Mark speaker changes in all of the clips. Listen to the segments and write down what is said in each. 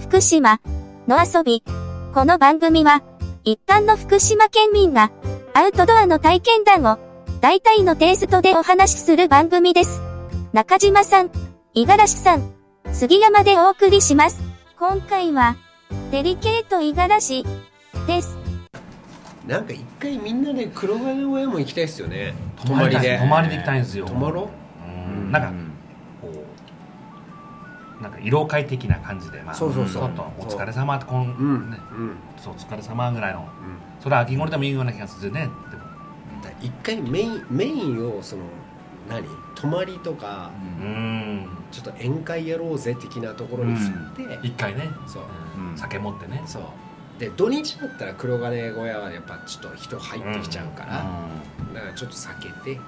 Speaker 1: 福島の遊び。この番組は、一般の福島県民が、アウトドアの体験談を、大体のテイストでお話しする番組です。中島さん、五十嵐さん、杉山でお送りします。今回は、デリケート五十嵐です。
Speaker 2: なんか一回みんなで黒金の親も行きたいですよね
Speaker 3: 泊まりで泊まりで行きたいんですよ
Speaker 2: 泊まろ
Speaker 3: うんなんかこうなんか色会的な感じでまあ
Speaker 2: そうそうそう
Speaker 3: ちょっとお疲れ様ってこ
Speaker 2: う
Speaker 3: ん、
Speaker 2: うん、
Speaker 3: ね
Speaker 2: うん
Speaker 3: そうお疲れ様ぐらいの
Speaker 2: うん
Speaker 3: それは秋頃でもいいような気がするねでも
Speaker 2: だ一回メインメインをその何泊まりとか
Speaker 3: うーん
Speaker 2: ちょっと宴会やろうぜ的なところに振って、
Speaker 3: 一回ね、
Speaker 2: そう
Speaker 3: うん
Speaker 4: うん
Speaker 3: 酒持ってね
Speaker 2: そうで土日だったら黒金小屋はやっぱちょっと人入ってきちゃうから、だからちょっと避けて、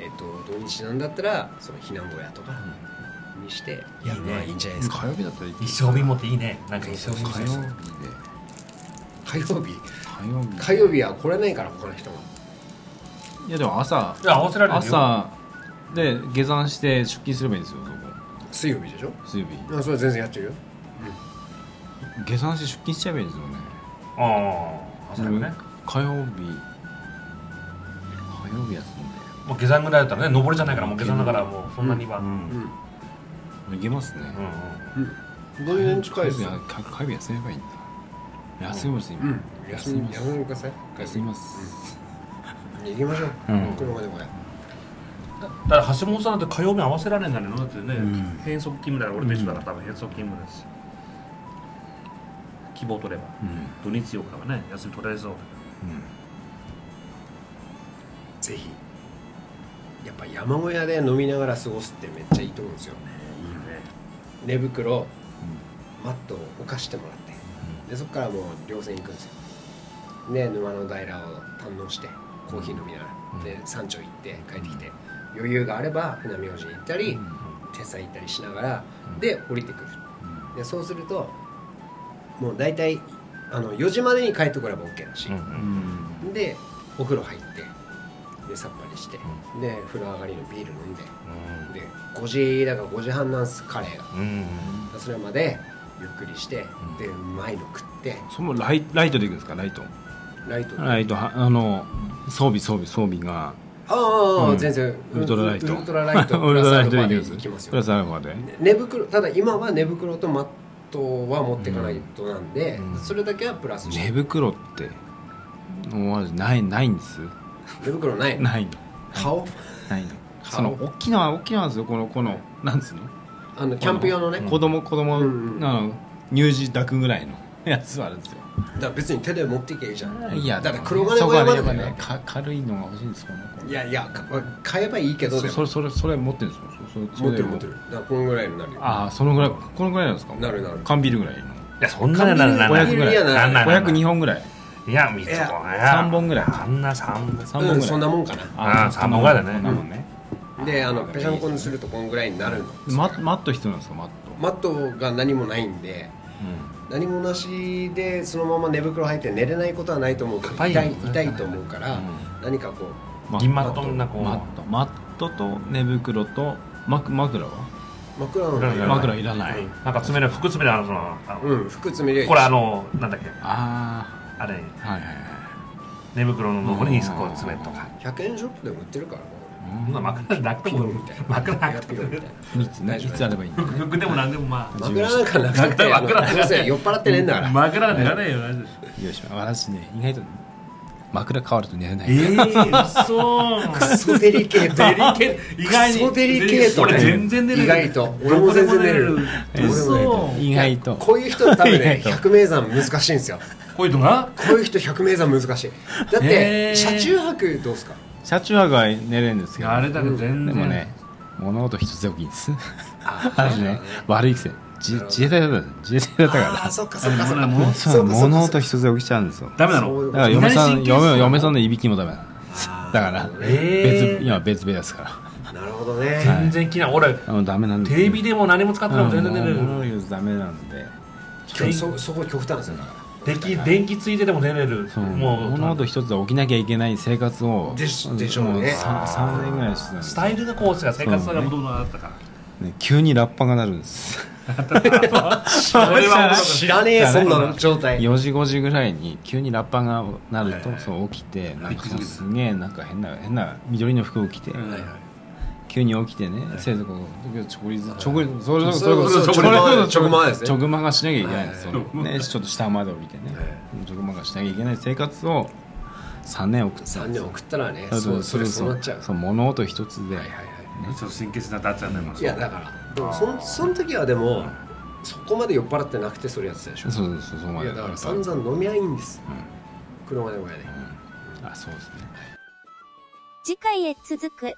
Speaker 2: えっと、土日なんだったらその避難小屋とかにしてやるのはいいんじゃないですか、
Speaker 4: 火曜日だったらいい
Speaker 3: 一生瓶持っていいねなんか一生瓶持
Speaker 4: 火
Speaker 3: って
Speaker 4: 曜日で
Speaker 2: 火曜日
Speaker 4: 火曜日
Speaker 2: 火曜日は来れないから他の人も
Speaker 4: いやでも朝
Speaker 3: いや合わせられるよ
Speaker 4: 朝で下山して出勤すればいいんですよそこ
Speaker 2: 水曜日でしょ
Speaker 4: 水曜日
Speaker 2: あそれ全然やってるよ
Speaker 4: 下山して出勤しちゃえばいいんですよね
Speaker 3: ああ朝やるね
Speaker 4: 火曜日火曜日休んで
Speaker 3: もう下山ぐらいだったらね登りじゃないからもう下山だからもうそんなには、
Speaker 4: う
Speaker 3: うん
Speaker 4: んいけますね
Speaker 3: うん
Speaker 2: どういう近いです
Speaker 4: 火
Speaker 2: よ
Speaker 4: 曜日は火曜日休めばいいんだ休みます
Speaker 2: う
Speaker 4: 今
Speaker 2: ん休み休みください
Speaker 4: 休みます
Speaker 2: 行きましょう
Speaker 4: うん
Speaker 2: 車でもや
Speaker 3: だだから橋本さんだって火曜日合わせられないのだってね、
Speaker 4: うん
Speaker 3: 変則勤務だから俺と一緒だから多分変則勤務だし希望取れば
Speaker 4: うん
Speaker 3: 土日4日はね休み取れそう
Speaker 2: ぜひやっぱ山小屋で飲みながら過ごすってめっちゃいいと思うんですよ寝袋マットを置かしてもらってでそこからもう稜線行くんですよで沼の平を堪能してコーヒー飲みなが
Speaker 3: うん
Speaker 2: らで山頂行って帰ってきて余裕があれば船明神行ったり手伝い行ったりしながらで降りてくるでそうするともう大体あの4時までに帰ってこれば OK だし、
Speaker 4: うん
Speaker 2: でお風呂入ってでさっぱりして、で風呂上がりのビール飲んでで5時だから5時半なんですカレーがそれまでゆっくりして、
Speaker 3: ん
Speaker 2: でうまいの食って
Speaker 4: それもライライトでいくんですかライト
Speaker 2: ライトで、あ
Speaker 4: ライトはあの装備装備装備が
Speaker 2: あああ、
Speaker 4: うん
Speaker 2: 全然
Speaker 4: ウルトラライト
Speaker 2: ウルトラライト
Speaker 4: ウルトラライト
Speaker 2: プスアルフ
Speaker 4: で
Speaker 2: ァ
Speaker 4: い
Speaker 2: で
Speaker 4: いです
Speaker 2: 行きます
Speaker 4: プ
Speaker 2: よ
Speaker 4: ラスアルファで
Speaker 2: ね寝袋ただ今は寝袋とマットは持っていかないとなんで、
Speaker 3: うん
Speaker 2: それだけはプラスして
Speaker 4: 寝袋ってもうないないんです
Speaker 2: 寝袋ない
Speaker 4: ないの
Speaker 2: 顔
Speaker 4: ないの
Speaker 2: 顔
Speaker 4: その大きな大きななんですよこのこのなんつうの
Speaker 2: あのキャンプ用のね、
Speaker 3: うん
Speaker 4: 子供子供
Speaker 2: うんうん
Speaker 4: あの乳児抱くぐらいのやつはあるんですよ
Speaker 2: だから別に手で持っていけばいいじゃん
Speaker 4: いや
Speaker 2: だから黒金小屋まで
Speaker 4: そこ
Speaker 2: だ
Speaker 4: はね
Speaker 2: ね
Speaker 4: やっぱねか軽いのが欲しいんですかねこれ
Speaker 2: いやいやか買えばいいけど
Speaker 4: そ
Speaker 2: で
Speaker 4: そ
Speaker 2: も
Speaker 4: れそれそれ持ってるんですよそそそ
Speaker 2: 持っ
Speaker 4: れ
Speaker 2: てる持ってるだからこのぐらいになるよ
Speaker 4: ああそのぐらいこのぐらいなんですか
Speaker 2: なるなる
Speaker 4: 缶ビールぐらいの
Speaker 3: いやそんなにならない
Speaker 4: 500ぐらい
Speaker 2: な
Speaker 3: な
Speaker 2: ら
Speaker 3: んなん
Speaker 4: 502本ぐらい
Speaker 3: いや3つ
Speaker 2: いや
Speaker 3: 3
Speaker 4: 三本ぐらい
Speaker 3: あんな3本
Speaker 4: 3本ぐ
Speaker 2: う
Speaker 4: らい
Speaker 2: んそんなもんかな
Speaker 3: あー三本ぐらいだね
Speaker 4: そんなもんね
Speaker 2: であのぺしゃんこにするとこのぐらいになるの
Speaker 4: ママット必要なんですかマッ
Speaker 2: マットが何もないんで何もなしでそのまま寝袋入って寝れないことはないと思うから
Speaker 3: 硬
Speaker 2: 痛い
Speaker 3: いよ
Speaker 2: 痛いと思うから何かこう
Speaker 4: ト
Speaker 3: 銀マットんなこう
Speaker 4: マットマットと寝袋とマク枕は
Speaker 2: 枕の
Speaker 3: いらない
Speaker 4: 枕いらない
Speaker 3: なんか詰める服詰めるあのそのあの
Speaker 2: うん服詰めりゃいいし
Speaker 3: これあのなんだっけ
Speaker 4: あ
Speaker 3: あれ
Speaker 4: あはいはいはい
Speaker 3: 寝袋のところにこう詰めるとか
Speaker 2: 100円ショップでも売ってるから
Speaker 3: そんな枕なくて
Speaker 2: ピロ
Speaker 3: も
Speaker 2: みたいな
Speaker 3: 枕なく
Speaker 2: ピ
Speaker 3: て
Speaker 2: ロ
Speaker 3: も
Speaker 2: みたいな
Speaker 4: 3つね
Speaker 2: 大丈夫
Speaker 4: いつあればいいんだ
Speaker 3: 服服でもなんでもまあ
Speaker 2: 枕なんかなくてあの
Speaker 3: 枕
Speaker 2: どうせ酔っ払ってねえんだから
Speaker 3: 枕なんていらないよマジで
Speaker 4: よいしょ私ね意外と枕変わると寝れない
Speaker 3: えー、そう
Speaker 2: クソデリケート
Speaker 3: デリケート意外に
Speaker 2: クソデリケート
Speaker 3: 俺全然寝れる
Speaker 2: 意外と俺も全然寝れる
Speaker 3: どこでも寝
Speaker 2: 俺も寝れ
Speaker 3: れる
Speaker 2: る
Speaker 3: 嘘
Speaker 4: 意外と
Speaker 2: こういう人多分ね
Speaker 4: 意外
Speaker 2: 百名山難しいんですよ
Speaker 3: こういうのが
Speaker 2: こういう人百名山難しいだっ
Speaker 3: へ
Speaker 2: て
Speaker 3: ー
Speaker 2: 車中泊どうすか
Speaker 4: 車中泊は寝れるんです
Speaker 3: い
Speaker 4: け
Speaker 3: や
Speaker 4: ど
Speaker 3: あれだけど全然
Speaker 4: でもね物音一つで大きいんです
Speaker 2: あ
Speaker 4: 私ね悪い癖自自衛隊だったんです自衛隊だったから
Speaker 2: あーそっかそっかそっか
Speaker 3: もう
Speaker 4: そう
Speaker 2: そうか
Speaker 4: 物音一つで起きちゃうんですよ
Speaker 3: ダメな
Speaker 2: そうい
Speaker 3: の
Speaker 2: う
Speaker 4: だから嫁さ
Speaker 3: い
Speaker 4: ん
Speaker 3: きなり神経質
Speaker 4: 嫁嫁さんのいびきもダメなの
Speaker 2: あー
Speaker 4: だから
Speaker 3: え
Speaker 4: 別
Speaker 3: ー
Speaker 4: 今別部屋ですから
Speaker 2: なるほどね
Speaker 3: 全然気ない俺
Speaker 4: あのダメなんです
Speaker 3: テレビでも何も使ってないも全然寝れ
Speaker 4: うん物
Speaker 3: る
Speaker 4: 音一つダメなんで
Speaker 2: 今日そそこ極端ですよだか
Speaker 3: 電気電気ついてても寝れる
Speaker 4: そう
Speaker 3: も
Speaker 4: 物
Speaker 3: う
Speaker 4: 音一つで起きなきゃいけない生活を
Speaker 2: でしでしょうね
Speaker 4: もさ三年ぐらいしてたんで
Speaker 3: ス
Speaker 4: す
Speaker 3: タイルがコースが生活がどうなったから
Speaker 4: ね急にラッパが鳴るんです
Speaker 3: それは面白
Speaker 2: 知らねえそんな状態
Speaker 4: 4時5時ぐらいに急にラッパが鳴る
Speaker 2: はいは
Speaker 4: と
Speaker 2: い
Speaker 4: そう起きてなん
Speaker 2: びっくりす
Speaker 4: か
Speaker 2: る
Speaker 4: すげえなんか変な変な緑の服を着て
Speaker 2: はいはい
Speaker 4: 急に起きてね
Speaker 2: い
Speaker 4: 生徒がチョコリズ
Speaker 2: はい
Speaker 4: チョコリズそれこそ
Speaker 2: それこそ
Speaker 4: それこそ
Speaker 2: チョコリズ
Speaker 4: チョコリズ
Speaker 2: チョコマですね
Speaker 4: チョコマがしなきゃいけないんですよ
Speaker 2: はい
Speaker 4: ねちょっと下まで降りてね
Speaker 2: はい
Speaker 4: チョコマがしなきゃいけない生活を3年送っ
Speaker 2: 3
Speaker 4: たんです
Speaker 2: 年
Speaker 4: よ
Speaker 2: 送ったらね
Speaker 4: そう
Speaker 2: そうそ
Speaker 4: そう
Speaker 2: れ
Speaker 4: そ
Speaker 2: そうなっ
Speaker 4: う
Speaker 2: ちゃう
Speaker 4: そう物音一つで
Speaker 2: はいはいはい
Speaker 3: いちょっと神経質なダッチャーになります
Speaker 2: いやだからでもそんその時はでもそこまで酔っ払ってなくてそれやってたでし
Speaker 4: そ
Speaker 2: ょ
Speaker 4: うそうそうそうま
Speaker 2: い
Speaker 4: で
Speaker 2: やだから散々飲みゃいいんです黒金小屋で
Speaker 4: あそうですね
Speaker 1: 次回へ続く。